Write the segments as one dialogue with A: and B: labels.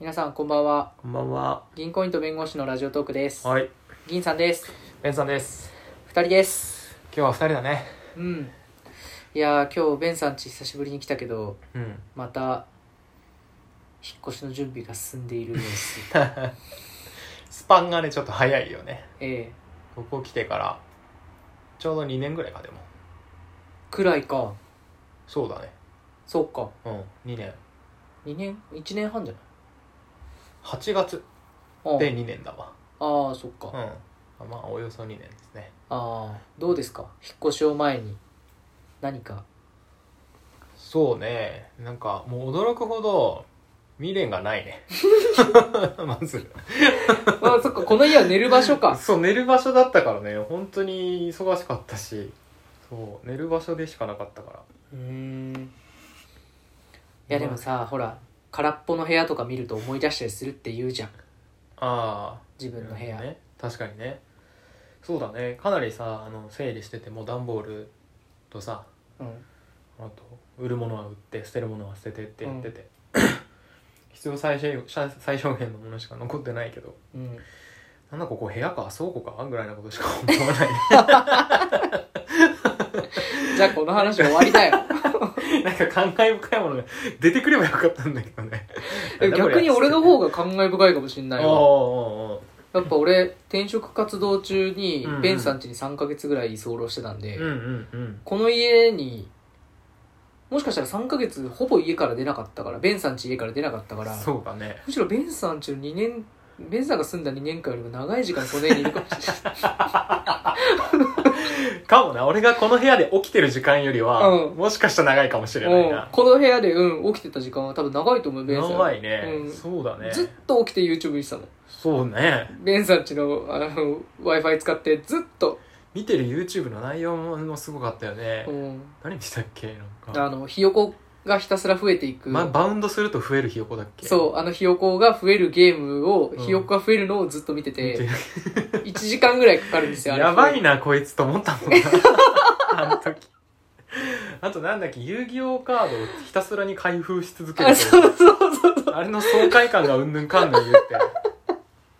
A: 皆さんこんばんは
B: こんばんは。
A: 銀行員と弁護士のラジオトークです、
B: はい。
A: 銀さんです
C: ベンさんです
A: 二人です
C: 今日は二人だね
A: うんいやー今日ベンさんち久しぶりに来たけど
C: うん
A: また引っ越しの準備が進んでいる様子
C: スパンがねちょっと早いよね
A: ええ
C: ここ来てからちょうど2年ぐらいかでも
A: くらいか
C: そうだね
A: そっか
C: うん2年
A: 2年1年半じゃない
C: 8月
A: ああ
C: で2年だわ
A: ああそっか、
C: うん
A: あ
C: まあおよそ2年ですね
A: あどうですか引っ越しを前に何か
C: そうねなんかもう驚くほど未練がない ねまず
A: ああそっかこの家は寝る場所 か
C: そう寝る場所だったからね本当に忙しかったしそう寝る場所でしかなかったから
A: うーんいやでもさほら空っぽの部屋とか見ると思い出したりするって言うじゃん
C: ああ
A: 自分の部屋、
C: ね、確かにねそうだねかなりさあの整理しててもう段ボールとさ
A: うん
C: あと売るものは売って捨てるものは捨ててってやってて、 必要最小最最小限のものしか残ってないけど
A: うん、
C: なんだここ部屋か倉庫かぐらいなことしか思わない
A: じゃあこの話終わりだ よ
C: ねなんか感慨深いものが出てくればよかったんだけどね
A: でも逆に俺の方
C: が
A: が感慨深いかもしんないわ
C: お
A: やっぱ俺転職活動中に
C: うんうん
A: ベンさん家に3ヶ月ぐらい居候してたんで、
C: ーおーおーうんうんうん
A: この家にもしかしたら3ヶ月ほぼ家から出なかったからベンさん家家から出なかったから
C: そうだね
A: むしろベンさん家の2年ベンさんが住んだ2年間よりも長い時間この家にいるかもしれない
C: かもな俺がこの部屋で起きてる時間よりは、
A: うん
C: もしかしたら長いかもしれない
A: うん
C: な、
A: この部屋で、うん、起きてた時間は多分長いと思う、ベンさん。
C: 長いね、
A: うん
C: そうだね
A: ずっと起きて YouTube 見てたもん。
C: そうね
A: ベンさんちのあの Wi-Fi 使ってずっと、
C: 見てる YouTube の内容もすごかったよね、
A: うん、
C: 何見てたっけなん
A: あ
C: か、
A: の、ひよこがひたすら増えていく。
C: ま、バウンドすると増えるひよこだっけ
A: そう、あのひよこが増えるゲームを、
C: うん
A: ひよこが増えるのをずっと見て
C: 見て
A: て、1時間ぐらいかかるんですよ、あれ
C: やばいなこいつと思ったもんな あの時あとなんだっけ遊戯王カードをひたすらに開封し続ける
A: あ、そうそうそう。
C: とあれの爽快感がうんぬんかんぬん言って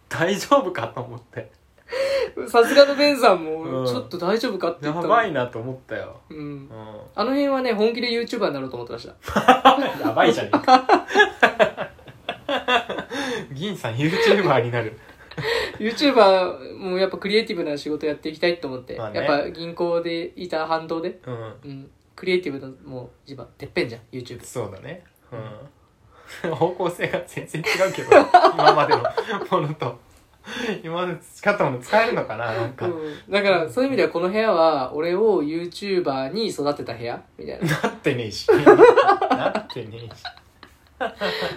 C: 大丈夫かと思って
A: さすがのベンさん
C: う
A: も、
C: ん
A: ちょっと大丈夫かって言
C: や
A: ったの
C: ばいなと思ったよ、
A: うん
C: う。ん、
A: あの辺はね、本気で YouTuber になろうと思って ました。
C: やばいじゃねえか 銀さん YouTuber になる
A: YouTuber もやっぱクリエイティブな仕事やっていきたいと思って、
C: まあね
A: やっぱ銀行でいた反動で、
C: うん
A: うん、クリエイティブのもう一番てっぺんじゃん YouTube
C: そうだねうん方向性が全然違うけど今までのものと今まで培ったもの使えるのかななんか、
A: うんだからそういう意味ではこの部屋は俺を YouTuber に育てた部屋みたいな、
C: なってねえしなってねえし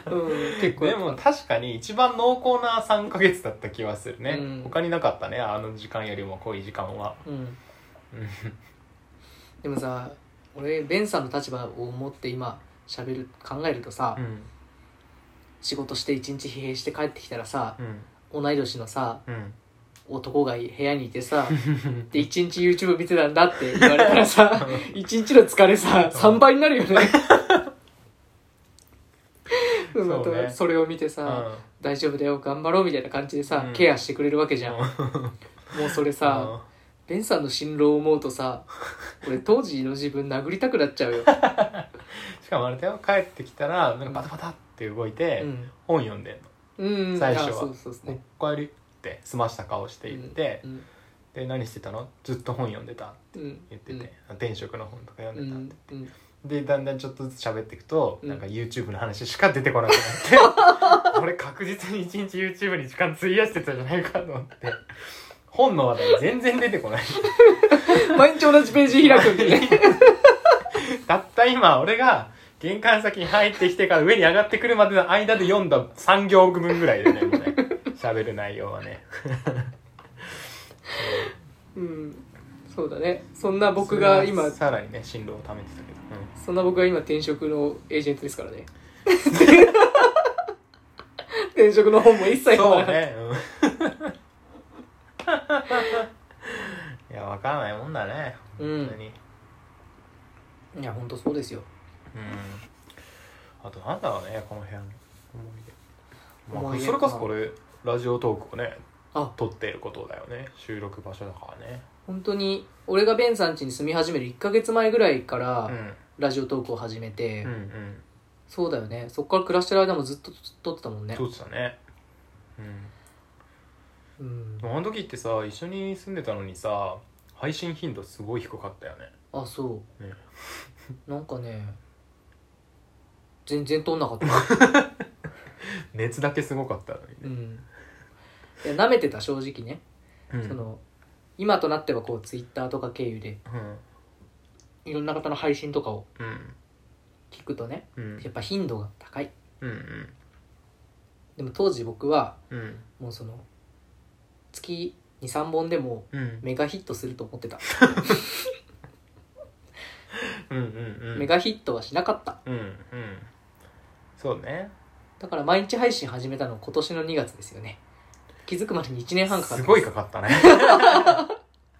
A: うん、結構
C: でも確かに一番濃厚な3ヶ月だった気はするね、
A: うん
C: 他になかったねあの時間よりも濃い時間は
A: うん、
C: うん
A: でもさ俺ベンさんの立場を思って今喋る考えるとさ、
C: うん
A: 仕事して一日疲弊して帰ってきたらさ
C: うん
A: 同い年のさ
C: うん
A: 男が部屋にいてさで一日 YouTube 見てたんだって言われたら さ一日の疲れさ3倍になるよね
C: うね
A: またそれを見てさ、
C: うん
A: 大丈夫だよ頑張ろうみたいな感じでさ、
C: うん
A: ケアしてくれるわけじゃん、もうそれさ、
C: うん
A: ベンさんの心労を思うとさ俺当時の自分殴りたくなっちゃうよ、
C: しかもあれだよ帰ってきたらなんかバタバタって動いて、
A: うん
C: 本読んでん
A: うん、
C: 最初は
A: あそうそうです
C: の
A: ね、
C: 「おかえり」って済ました顔して言って、
A: うん
C: で何してたのずっと本読んでた
A: うん、
C: 言ってて、転職の本とか
A: う
C: 読ん
A: ん
C: で
A: うん
C: たって、
A: うん
C: でだんだんちょっとずつ喋っていくと、
A: うん
C: なんか YouTube の話しか出てこなくな って俺確実に一日 YouTube に時間費やしてたじゃないかと思って本の話題全然出てこない
A: 毎日同じページ開くんでね
C: たった今俺が玄関先に入ってきてから上に上がってくるまでの間で読んだ3行分ぐらいでねもうね喋る内容はね
A: うんそうだねそんな僕が
C: そ
A: 今
C: れはさらにね進路をためてたけど、
A: そんな僕は今転職のエージェントですから ね転職の本も一切買わ
C: そ
A: な
C: う
A: かった
C: ね、 うん、いや分からないもんだね
A: うん
C: 本当に、うん
A: いや本当そうですよ
C: あとなんだろうねこの部屋の思いまあ
A: まあ
C: それこそこれラジオトークをね
A: あ
C: 撮っていることだよね収録場所だからね
A: 本当に俺がベンさん家に住み始める1か月前ぐらいからラジオトークを始めて、
C: うんうんうん
A: そうだよねそこから暮らしてる間もずっと撮ってたもんね
C: 撮ってたねうん
A: うん
C: でもあの時ってさ一緒に住んでたのにさ配信頻度すごい低かったよね
A: あそう、
C: ね
A: なんかね全然撮んなかった
C: 熱だけすごかったの
A: う
C: にね、
A: んいや舐めてた正直ね、
C: うん
A: その今となってはこうツイッターとか経由で
C: うん
A: いろんな方の配信とかを
C: うん
A: 聞くとね
C: うん
A: やっぱ頻度が高い
C: うん
A: でも当時僕は
C: うん
A: もうその月23本でも
C: うん
A: メガヒットすると思ってた、
C: うんうんうん
A: メガヒットはしなかった
C: うんうんそうね
A: だから毎日配信始めたの今年の2月ですよね気づくまでに1年半かかった
C: すごいかかったね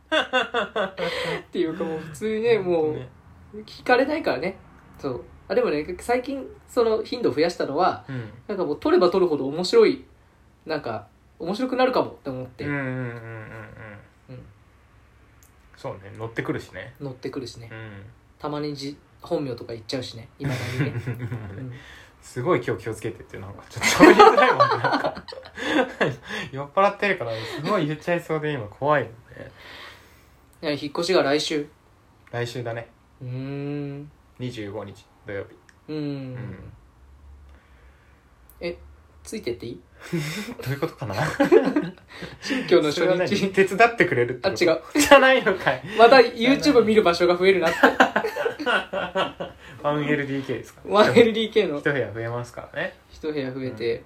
A: っていうかもう普通 にねもう
C: ね
A: 聞かれないからねそうあでもね最近その頻度増やしたのは
C: うん
A: なんかもう撮れば撮るほど面白いなんか面白くなるかもって思って、
C: うんうんうんうんうん
A: うん
C: そうね乗ってくるしね
A: 乗ってくるしね
C: うん
A: たまにじ本名とか言っちゃうしね今だに ね、うん
C: すごい今日気をつけてってなんかちょっと喋りづらいもんねなんか酔っ払ってるからすごい言っちゃいそうで今怖いもんね
A: いや引っ越しが来週
C: 来週だね
A: うーん
C: 25日土曜日
A: うーん
C: ん
A: えついてってい い
C: どういうことかな
A: 新居の初
C: それは何
A: 日
C: 手伝ってくれるって
A: あ
C: こと
A: 違う
C: じゃないのかい
A: また YouTube 見る場所が増えるなって
C: 1LDK ですか
A: 1LDK の
C: 一部屋増えますからね
A: 一部屋増えて、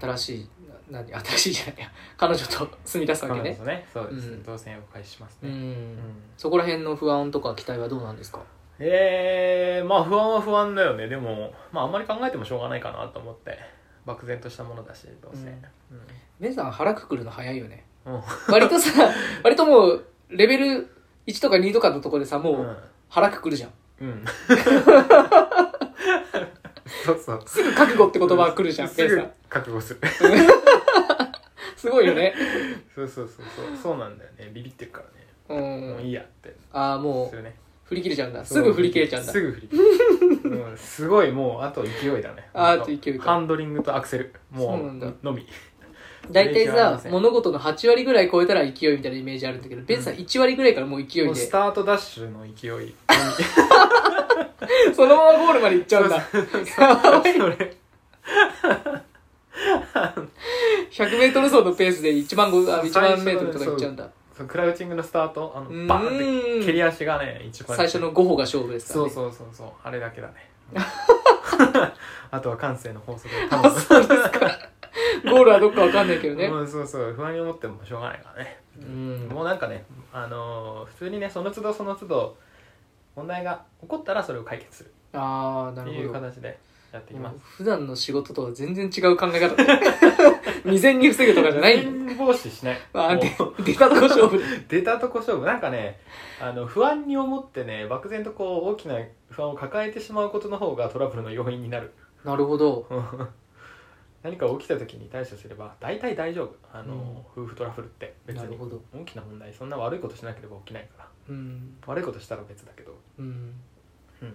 A: 新しいな何新しいじゃないや彼女と住み出すわけ
C: 彼女
A: ね
C: とねそうです
A: う
C: ね
A: ん
C: 動線を開始します
A: う
C: ね
A: ん、
C: うん
A: そこら辺の不安とか期待はどうなんですか
C: えー、まあ不安は不安だよねでもまああんまり考えてもしょうがないかなと思って漠然としたものだしどうせ、
A: う
C: うんん
A: 皆さん腹くくるの早いよね
C: うん
A: 割 とさ割ともうレベル1とか2とかのところでさもう腹くくるじゃん
C: うん、うん、そうそう
A: すぐ覚悟って言葉が来るじゃん
C: す
A: 皆さ
C: ぐ
A: ん
C: 覚悟する
A: すごいよね
C: そうそうそうそうそうなんだよねビビってるから
A: う
C: ね、もうんいいやって
A: ああも
C: す
A: う
C: るね
A: 振り切れちゃうんだすぐ振り切れちゃうんだ
C: すぐ振り切る、うん、すごいもうあと勢いだね
A: あと勢いか
C: ハンドリングとアクセルも
A: そうなんだ
C: うのみ
A: 大体
C: ブレーキはあ
A: さ
C: りません
A: 物事の8割ぐらい超えたら勢いみたいなイメージあるんだけどベンさん1割ぐらいからもう勢い
C: もうス
A: で
C: タートダッシュの 勢いのみ
A: そのままゴールまで行っちゃうんだ
C: それ
A: 100m 走のペースで1万5あ1
C: 最
A: 万
C: 初の
A: メートルとか行っち ゃうんだ
C: そうクラウチングのスタートあ
A: うーん
C: のバーンって蹴り足がね一番
A: 最初の5歩が勝負ですから、
C: そう
A: ね、
C: そうそうそうあれだ けだね あとは感性の法則を頼む
A: ゴールはどっかわかんないけどね
C: うんそうそう不安に思ってもしょうがないからね、
A: うん
C: もうなんかねあのー普通にねその都度その都度問題が起こったらそれを解決する
A: ああな
C: ってい
A: る
C: う
A: ほど
C: 形でやっていきます
A: 普段の仕事とは全然違う考え方 だね未然に防ぐとかじゃ ないんだ
C: 全防止 しない
A: あー
C: もう
A: で出たとこ勝 負で
C: 出たとこ勝負なんかねあの不安に思ってね漠然とこう大きな不安を抱えてしまうことの方がトラブルの要因になる
A: なるほど
C: 何か起きた時に対処すれば大体大丈夫あの、夫婦トラブルって別
A: なる
C: に
A: ほど
C: 大きな問題そんな悪いことしなければ起きないから
A: うん
C: 悪いことしたら別だけど
A: うん
C: うん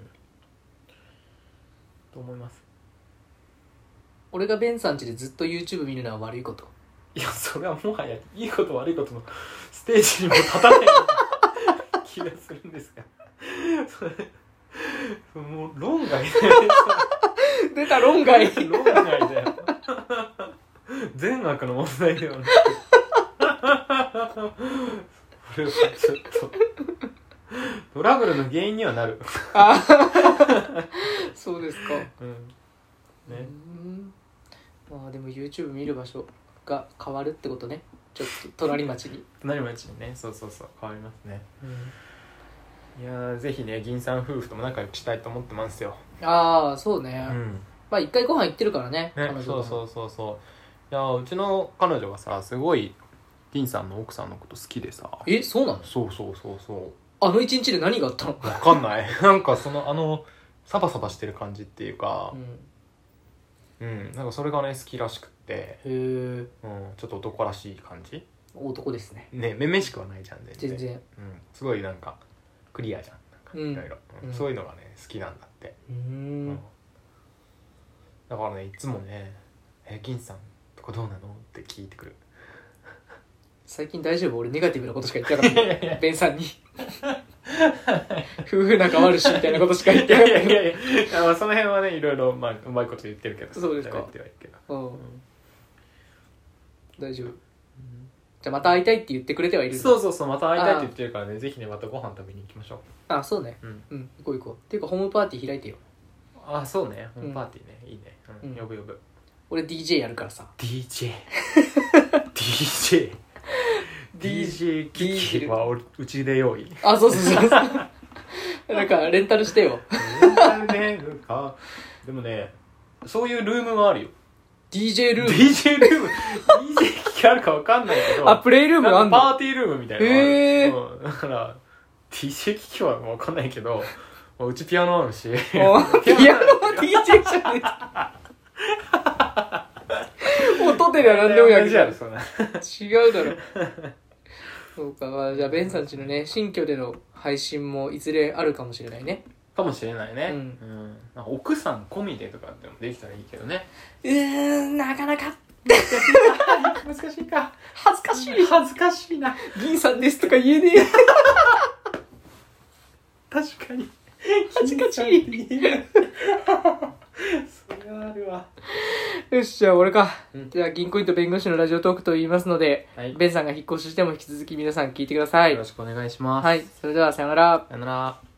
C: と思います
A: 俺がベンさん家でずっと YouTube 見るのは悪い こと
C: いやそれはもはやいいこと悪いことのステージにも立たないよう な気がするんですがそれそれもう論外で
A: 出た論外
C: 論外だよ善悪の問題ではなくそれはちょっとトラブルの原因にはなる
A: そうですか
C: うんね
A: うんまあでも YouTube 見る場所が変わるってことねちょっと隣町に、
C: 隣町にねそうそうそう変わりますねいやーぜひね銀さん夫婦とも仲良くしたいと思ってますよ
A: ああそうね、
C: うん
A: まあ一回ご飯行ってるからね
C: ね
A: 彼、女
C: そうそううそうそういやうちの彼女がさすごい銀さんの奥さんのこと好きでさ
A: えそうなの
C: そうそうそうそ
A: あの一日で何があったの
C: うわかんないなんかそのあのサバサバしてる感じっていうか
A: う、ん
C: うんなんかそれがね好きらしくって、
A: へえ
C: うん、ちょっと男らしい感じ
A: 男ですね
C: ねめめしくはないじゃん全
A: 全
C: 然
A: 然
C: うん、すごいなんかクリアじゃんなんか
A: うん
C: いろいろ、うん
A: うん
C: そういうのがね好きなんだって、
A: うー
C: うん
A: ん
C: だからねいつもね「え銀さんとかどうなの?」って聞いてくる
A: 最近大丈夫俺ネガティブなことしか言ってなかっ
C: やい
A: たベンさんに 夫婦仲悪しみたいなことしか言ってなかった
C: やいやあまあその辺はねいろいろ、まあ、うまいこと言ってるけど
A: そうですか
C: 喋ってはいるけど
A: うん大丈夫じゃあまた会いたいって言ってくれてはいる
C: そううそうそうまた会いたいって言ってるからねぜひねまたご飯食べに行きましょ
A: あそうね
C: う、うん、
A: うん行こう行こうっていうかホームパーティー開いてよ
C: あそうねホー
A: うん
C: ムパーティーね、いいね、うん
A: うん
C: 呼ぶ呼ぶ
A: 俺 DJ やるからさ
C: DJ DJ DJ 機器は俺うちで 用意
A: あそうそう そうそうなんかレンタルしてよ
C: ねなんかでもねそういうルームもあるよ
A: DJ ルーム
C: DJ ルーム DJ 機器あるかわかんないけど
A: あプレイルームあ
C: なん
A: ん
C: かパ
A: だ
C: ーティールームみたいなのがある
A: へー
C: うんだから DJ 機器はわかんないけどまあうちピアノあるし
A: おピアノは DJ じゃねえ音出りゃ何でもやる
C: じゃんそんな
A: 違うだ ろそうか、まあ、じゃあベンさんちのね新居での配信もいずれあるかもしれないね
C: かもしれないね、
A: うん
C: んなんか奥さん込みでとかでもできたらいいけどね
A: うーんなかなか
C: 難しいか
A: 恥ずかしい
C: 恥ずかしいな
A: 銀さんですとか言えねえ
C: 確かに
A: 恥ずかしい
C: それはあるわ
A: よし、じゃあ俺か。
C: うん
A: じゃあ、銀行員と弁護士のラジオトークと言いますので、
C: はい
A: ベンさんが引っ越ししても引き続き皆さん聞いてください
C: よろ。しくお願いします
A: はい、それではさようなら。
C: さよなら